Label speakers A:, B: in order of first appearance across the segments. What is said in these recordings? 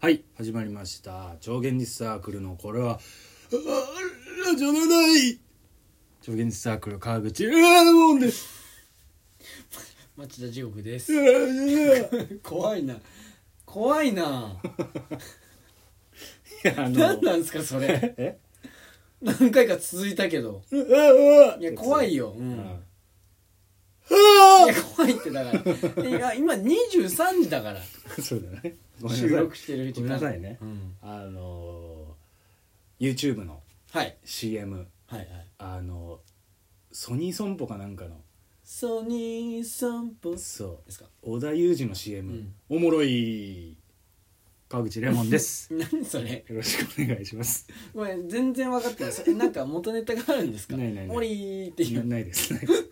A: はい始まりました超現実サークルのこれはあラジオのない超現実サークル川口ラモンです
B: 町田地獄で
A: あ
B: す
A: ーいや
B: 怖いな怖 いな
A: あの
B: 何なんですかそれ
A: え
B: 何回か続いたけどいや怖い
A: よ、
B: よ、う、
A: うんん
B: い
A: あ
B: や怖いって だからいや今23時だから
A: ーそうだねごめんなさい
B: 収録してる
A: ご
B: 時
A: めん
B: 間
A: なさいね
B: うん
A: あのー YouTube の
B: はい、
A: CM
B: はいはい
A: あのソニーソンポかなんかの
B: ソニー散歩で
A: そう
B: すか
A: 織田裕二の CM、
B: うん
A: おもろい川口レモンです
B: 何それ
A: よろしくお願いします
B: ごめん全然分かってないそれなんか元ネタがあるんですか
A: ないないない
B: モリーっていう
A: ないです ないです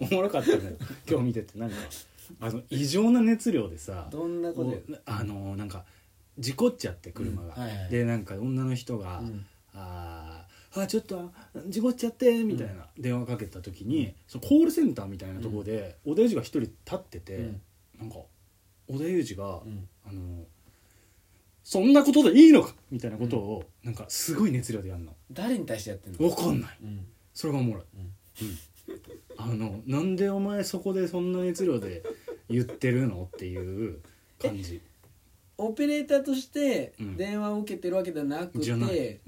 A: おもろかったね今日見ててなんかあの異常な熱量でさ
B: どんなことや
A: おあのなんか事故っちゃって車が、
B: うんはいはい
A: でなんか女の人が「
B: うん
A: あーあちょっと事故っちゃって」みたいな電話かけた時に、そのコールセンターみたいなところで織田裕二が一人立ってて、
B: うん
A: なんか織田裕二が、
B: うん
A: あの「そんなことでいいのか!」みたいなことを、なんかすごい熱量でやるの
B: 誰に対してやってんの
A: わかんない
B: うん
A: それがおもろい
B: うん
A: あのなんでお前そこでそんな熱量で言ってるのっていう感じ
B: オペレーターとして
A: うん
B: 電話を受けてるわけではなく
A: じゃない、
B: て、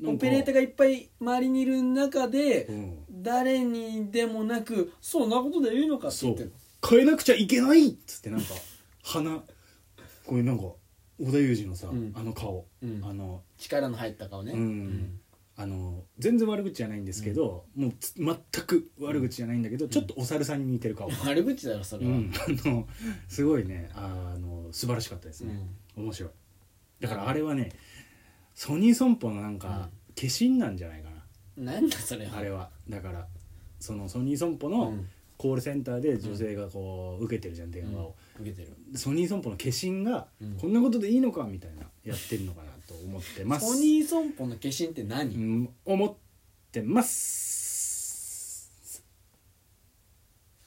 A: うん、
B: オペレーター
A: が、
B: がいっぱい周りにいる中で、
A: うん、
B: 誰にでもなく「そんなことでいいのか」って
A: そ
B: 言って
A: う
B: る
A: 変えなくちゃいけないっつってなんか鼻これなんか織田裕二のさ、
B: うん
A: あの顔、
B: うん
A: あの
B: 力の入った顔ね、
A: うんあの全然悪口じゃないんですけど、もうつ全く悪口じゃないんだけど、ちょっとお猿さんに似てる顔、
B: 悪口だろそれ
A: う
B: は、
A: ん、あのすごいねあの素晴らしかったですね、面白いだからあれはねソニーソンポのなんか化身なんじゃないかな、
B: なんだそれは
A: あれはだからそのソニーソンポ
B: う
A: の
B: ん
A: コールセンターで女性がこう受けてるじゃん電話を、
B: 受けてる
A: ソニーソンポの化身が
B: うん
A: こんなことでいいのかみたいなやってるのかなと思ってます
B: ソニーソンポの化身って何、
A: うん思ってます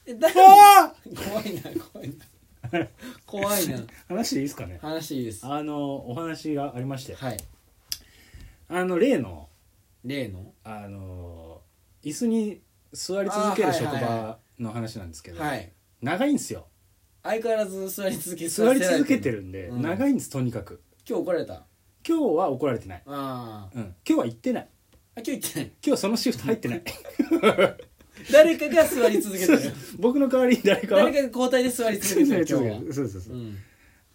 B: え誰
A: ああ
B: 怖いな怖いな 怖いな
A: 話でいいですかね
B: 話いいですは
A: あのお話がありまして
B: い
A: あの例の
B: 例の
A: あの椅子に座り続ける
B: あーはい
A: 職
B: はい
A: 場の話なんですけど、
B: はい
A: 長いんですよ
B: 相変わらず座り続け
A: 座り続けてるんで、
B: うん
A: 長いんですとにかく
B: 今日怒られたあ
A: 今日は怒られてない、
B: あ
A: うん、今日は行ってない
B: あ今日行ってない
A: 今日はそのシフト入 ってない
B: 誰かが座り続けて
A: そう
B: る
A: そう僕の代わりに誰かは
B: 誰かが交代で座り続けてる今日 は
A: そうそうそううん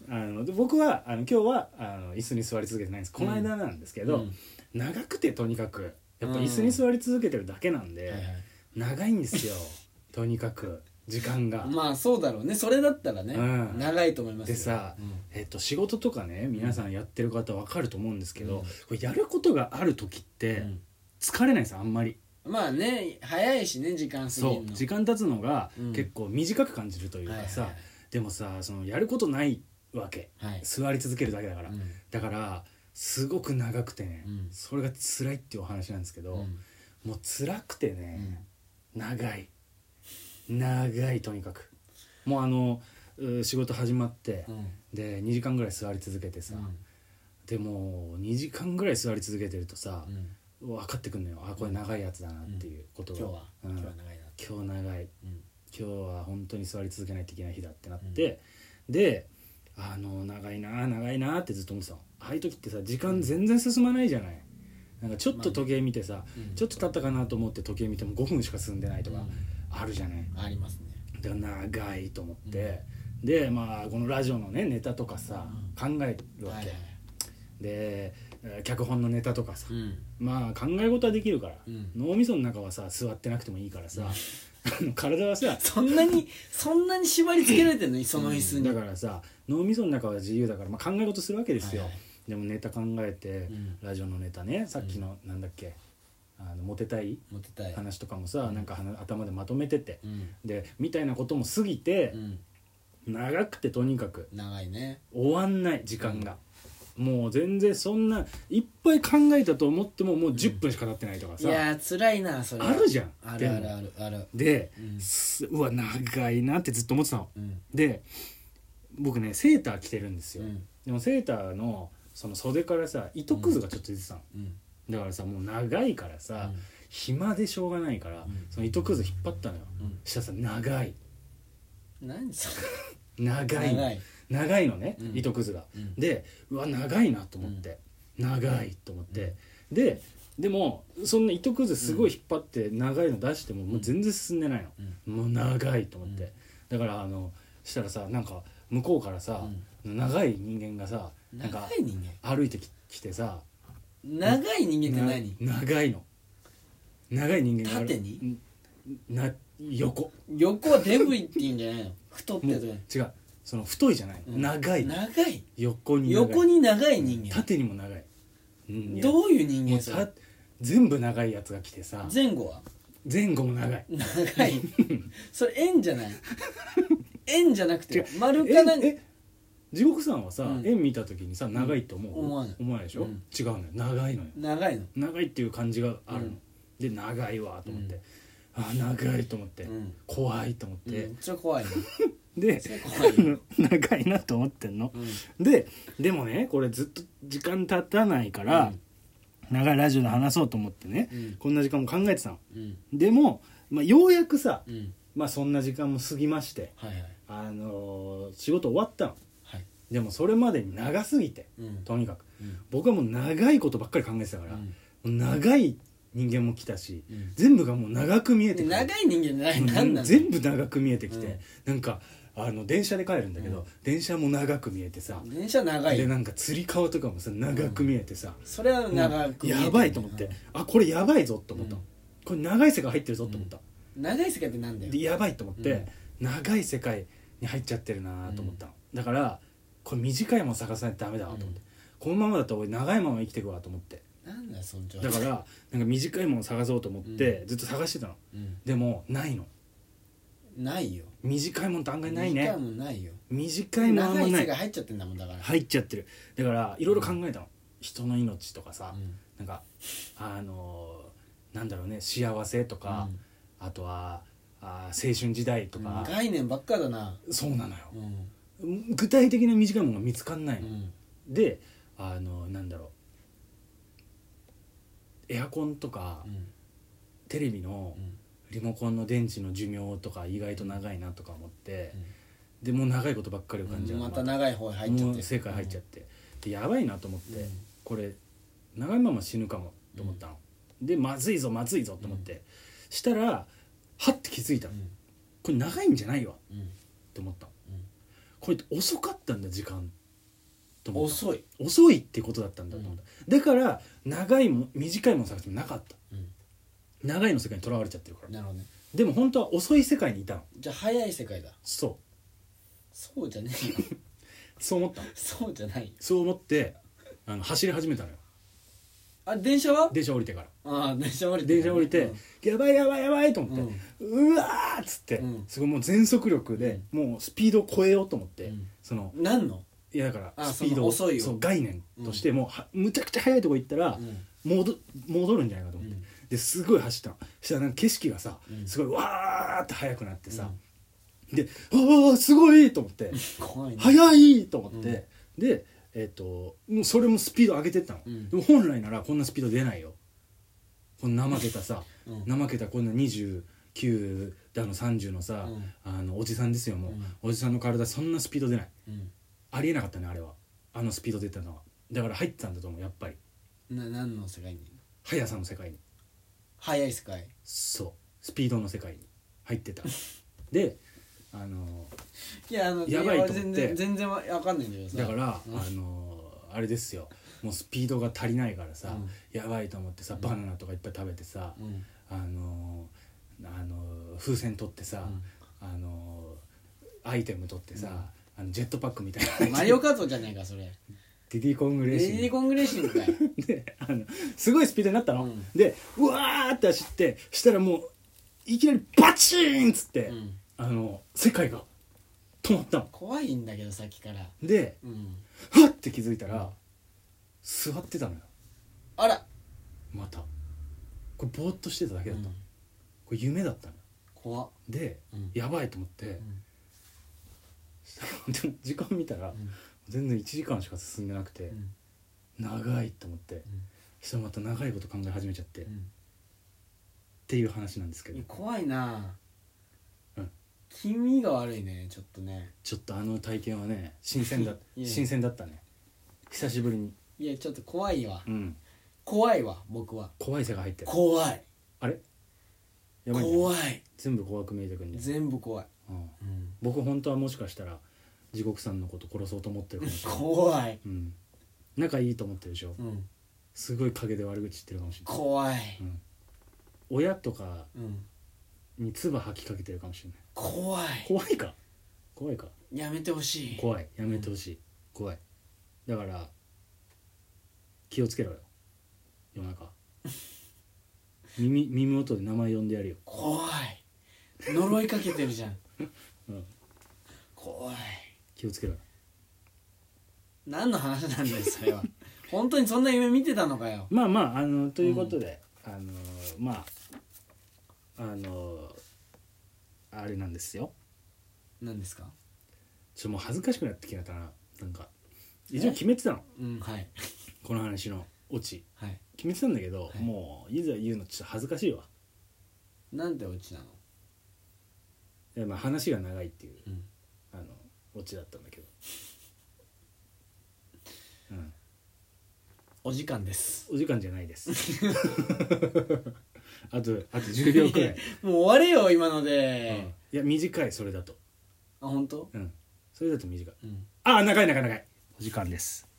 A: あので僕はあの今日はあの椅子に座り続けてないんですこの間なんですけど、
B: うん
A: 長くてとにかくやっぱ椅子に座り続けてるだけなんで、
B: はいはい
A: 長いんですよとにかく時間が、
B: まあそうだろうねそれだったらね、
A: うん
B: 長いと思いますよ
A: でさ
B: うん
A: えっと、仕事とかね皆さんやってる方わかると思うんですけど、
B: うん
A: これやることがある時って
B: うん
A: 疲れないんですよあんまり、
B: まあね早いしね時間過ぎる
A: そう
B: の
A: 時間経つのが
B: うん
A: 結構短く感じるというかさ、
B: はいはい
A: でもさそのやることないわけ
B: はい、
A: 座り続けるだけだから、
B: うん
A: だからすごく長くてね、
B: うん
A: それが辛いっていうお話なんですけど、
B: うん
A: もう辛くて
B: う
A: ね、
B: ん
A: 長い長いとにかくもうあのう仕事始まって、
B: うん
A: で2時間ぐらい座り続けてさ、でも2時間ぐらい座り続けてるとさ
B: う、ん
A: 分かってくんのよあこれ長いやつだなっていうこと
B: 今
A: が、
B: 日は、
A: うん
B: 今日
A: 今
B: は長いな
A: 日長い
B: うん
A: 今日は本当に座り続けないといけない日だってなって、であの長いな長いなってずっと思ってたのああいう時ってさ時間全然進まないじゃないなんかちょっと時計見てさ、
B: うん
A: ちょっと経ったかなと思って時計見ても5分しか進んでないと
B: う
A: か
B: ん
A: あるじゃない、
B: ありますね
A: だから長いと思って、でまあこのラジオのねネタとかさ、考えるわ
B: はい
A: け、
B: はい
A: でえー脚本のネタとかさ、
B: うん
A: まあ考え事はできるから、
B: うん
A: 脳みその中はさ座ってなくてもいいからさ、あの 体はさ
B: そんなにそんなに縛り付けられてるのにその椅子に、
A: だからさ脳みその中は自由だから、まあ、考え事するわけですよ、
B: はいはい
A: でもネタ考えて、
B: うん
A: ラジオのネタねさっきのなんだっけ、あのモテたい
B: 持ってたい、
A: 話とかもさ、なんかはな頭でまとめてて、
B: うん
A: でみたいなことも過ぎて
B: う、ん、
A: 長くてとにかく
B: 長いね
A: 終わんない時間が、もう全然そんないっぱい考えたと思ってももう10分しか経ってないとか
B: い
A: さ、
B: やー辛いなそれは
A: あるじゃん
B: あ
A: で
B: るある
A: も
B: あるある
A: で、
B: うん
A: すうわ長いなってずっと思ってたの
B: うん
A: で僕ねセーター着てるんですよ、
B: うん
A: でもセーターのその袖からさ糸くずがちょっと出てたの、
B: うん
A: だからさもう長いからさ、暇でしょうがないから、
B: うん
A: その糸くず引っ張ったのよ、
B: うん
A: そしたらさ長い
B: うん何そ
A: 長いの
B: 長
A: 長い
B: い
A: のね、
B: うん
A: 糸くずが
B: うん
A: でうわ長いなと思って、長いと思って、ででもそんな糸くずすごい引っ張って長いの出しても、もう全然進んでないの、もう長いと思って、だからあのしたらさなんか向こうからさ、長い人間がさなんか
B: 長い人
A: 歩いてききてさ
B: 間長い人間って何
A: な長いの長い人間が歩い
B: 縦に
A: んな横
B: 横はデブいっていいんじゃないの太って
A: もう
B: とか
A: 違うその太いじゃない、
B: うん
A: 長い
B: 長い
A: 横に長い
B: 横に長い人間
A: 縦にも長い,、うん、いや
B: どういう人
A: もう
B: 間それ
A: た全部長いやつが来てさ
B: 前後は
A: 前後も長い
B: 長いそれ円じゃない円じゃなく
A: 違
B: て
A: う
B: 丸
A: え
B: かな
A: え地獄さんはさ、
B: うん
A: 円見た時にさ長いと思う、
B: 思わない
A: 思わないでしょ、
B: うん
A: 違うのよ長いのよ
B: 長いの
A: 長いっていう感じがあるの、
B: うん
A: で長いわと思って、
B: うん
A: ああ長いと思って、
B: うん
A: 怖いと思っ
B: め
A: て、
B: っちゃ怖いね
A: で
B: それ怖いよ
A: 長いなと思ってんの、
B: うん
A: ででもねこれずっと時間経たないから、長いラジオで話そうと思ってね、
B: うん
A: こんな時間も考えてたの
B: うん
A: でも、まあ、ようやくさ、
B: うん
A: まあ、そんな時間も過ぎまして、
B: はいはい
A: あのー仕事終わったの
B: はい
A: でもそれまでに長すぎて
B: うん
A: とにかく
B: うん
A: 僕はもう長いことばっかり考えてたから、
B: うん
A: もう長い人間も来たし、
B: うん
A: 全部がもう長く見えてく
B: で
A: る
B: 長い人間じゃない
A: うん
B: 何なの
A: 全部長く見えてきて、
B: う
A: な
B: ん
A: んかあの電車で帰るんだけど、
B: うん
A: 電車も長く見えてさ、
B: 電車長
A: で
B: い
A: なんかつり革とかもさ長く見えてさ、
B: それは長く見えてる
A: やばいと思って、あこれやばいぞと思った、
B: うん
A: これ長い世界入ってるぞと思った、
B: 長い世界ってなんだよ
A: でやばいと思って、長い世界に入っちゃってるなと思ったの、だからこれ短いもん探さないとダメだわと思って、このままだと俺長いまま生きていくわと思って
B: なんだよそんじゃ
A: だからなんか短いもの探そうと思って、ずっと探してたの
B: うん
A: でもないの
B: ないよ
A: 短いもんって案外ないね
B: 短もないよ
A: 短いもんあん
B: 長
A: ま
B: い
A: な
B: 世界
A: い
B: 入っちゃってんだもんだから
A: 入っちゃってるだからいろいろ考えたの、人の命とかさ、
B: うん
A: なんかあのーなんだろうね幸せとか、あとはあー青春時代と
B: うん
A: か、
B: 概念ばっかだな
A: そうなのよ
B: うん
A: 具体的な短いものが見つかんな
B: う
A: いの、
B: ん
A: であのなんだろうエアコンとか、
B: うん
A: テレビの
B: うん
A: リモコンの電池の寿命とか意外と長いなとか思って、でもう長いことばっかりを感じ
B: う
A: る、
B: んまた長い方に入っちゃっ
A: も
B: て
A: う世界入っちゃって、でやばいなと思って、
B: うん
A: これ長いまま死ぬかもと思ったの、でまずいぞまずいぞと思って、したらはって気づいたの、
B: うん
A: これ長いんじゃないわっ
B: うん
A: て思ったの
B: うん
A: これって遅かったんだ時間と思った
B: 遅い
A: 遅いってことだったんだと思った、だから長いも短いもの探してもなかった
B: うん
A: 長いの世界にとらわれちゃってるから
B: なるほどね
A: でも本当は遅い世界にいたの
B: じゃあ早い世界だ
A: そ
B: そうじゃねえよ
A: うそう思 ったの
B: そうじゃないよ
A: そう思ってあの走り始めたのよ
B: あ電車は
A: 電車降りてから
B: ああ電車降りて
A: 電車降りて、やばいやばいやばいと思って、うわーっつって、
B: うん
A: すごいもう全速力で、もうスピードを超えようと思って、
B: うん
A: その
B: うん何の
A: いやだから
B: あ
A: スピードを
B: その遅いよ
A: そう概念として、もうはむちゃくちゃ速いとこ行ったら、
B: うん
A: 戻戻るんじゃないかと思って、
B: うん
A: ですごい走ったのそしたらなんか景色がさ、
B: うん
A: すごいわーって速くなってさ、で「ああすごい!」と思って
B: 怖
A: 「
B: いね
A: 速い!」と思って、でえっ、ともうそれもスピード上げてったの、
B: うん
A: でも本来ならこんなスピード出ないよこの怠けたさ、
B: うん
A: 怠けたこんな29だの30のさ、
B: うん
A: あのおじさんですよもう、
B: うん
A: おじさんの体そんなスピード出ない
B: うん
A: ありえなかったねあれはあのスピード出たのはだから入ってたんだと思うやっぱり
B: な何の世界に
A: 速さの世界に
B: 早い世界
A: そうスピードの世界に入ってたであの
B: いやあの
A: やばいと思って
B: 全然全然わかんないんだけどさ
A: だから、
B: うん
A: あのあれですよもうスピードが足りないからさ、
B: うん
A: やばいと思ってさバナナとかいっぱい食べてさ、
B: うん
A: あのあの風船取ってさ、あのアイテム取ってさ、あのジェットパックみたいな
B: マリオカートじゃないかそれ
A: ディディコングレ
B: レ
A: ー
B: デ
A: シング
B: ィーコングレーシン グかい
A: であのすごいスピードになったの、
B: うん
A: でうわーって走ってしたらもういきなりバチーンっつって、
B: うん
A: あの世界が止まったの
B: 怖いんだけどさっきから
A: で
B: うん
A: はって気づいたら、座ってたのよ
B: あら
A: またこれぼーっとしてただけだったの、
B: うん
A: これ夢だったの
B: 怖っ
A: で、
B: うん
A: やばいと思って、
B: ん
A: でも時間見たら全然1時間しか進んでなくて、長いと思って、それまた長いこと考え始めちゃって、っていう話なんですけど
B: 怖いな
A: うん
B: 気味が悪いねちょっとね
A: ちょっとあの体験はね新 鮮だ
B: いや
A: 新鮮だったね久しぶりに
B: いやちょっと怖いわ
A: うん
B: 怖いわ僕は
A: 怖い背が入ってる
B: 怖い
A: あれやばい、ね、
B: 怖い
A: 全部怖く見えてくるね、
B: 全部怖い
A: うん、僕本当はもしかしたら地獄さんのこと殺そうと思ってるかもしれない、
B: 怖い
A: うん、仲いいと思ってるでしょ
B: うん
A: すごい陰で悪口言ってるかもしれない、
B: 怖い
A: うん、親とか
B: うん
A: に唾吐きかけてるかもしれない
B: 怖い
A: 怖いか怖いか
B: やめてほしい
A: 怖いやめてほしい、怖いだから気をつけろよ夜 中耳耳元で名前呼んでやるよ、
B: 怖い呪いかけてるじゃん
A: うん、
B: 怖い
A: 気をつけろよ
B: 何の話なんだよそれは 本当にそんな夢見てたのかよ
A: まあまああのということで、あのまああのあれなんですよ
B: 何ですか
A: ちょっともう恥ずかしくなってきたななんか一応決めてたの
B: うんはい
A: この話のオチ
B: はい
A: 決めてたんだけど、
B: はい
A: もういざ言うのちょっと恥ずかしいわ
B: なんでオチなの
A: いやまあ話が長いっていう
B: うん
A: あのオチだったんだけどうん
B: お時間です
A: お時間じゃないです あとあと10秒く らい、
B: もう終われよ今の
A: うん
B: で、
A: いや短いそれだと
B: あ本当
A: うんそれだと短い
B: うん
A: ああ長い長い長いお時間です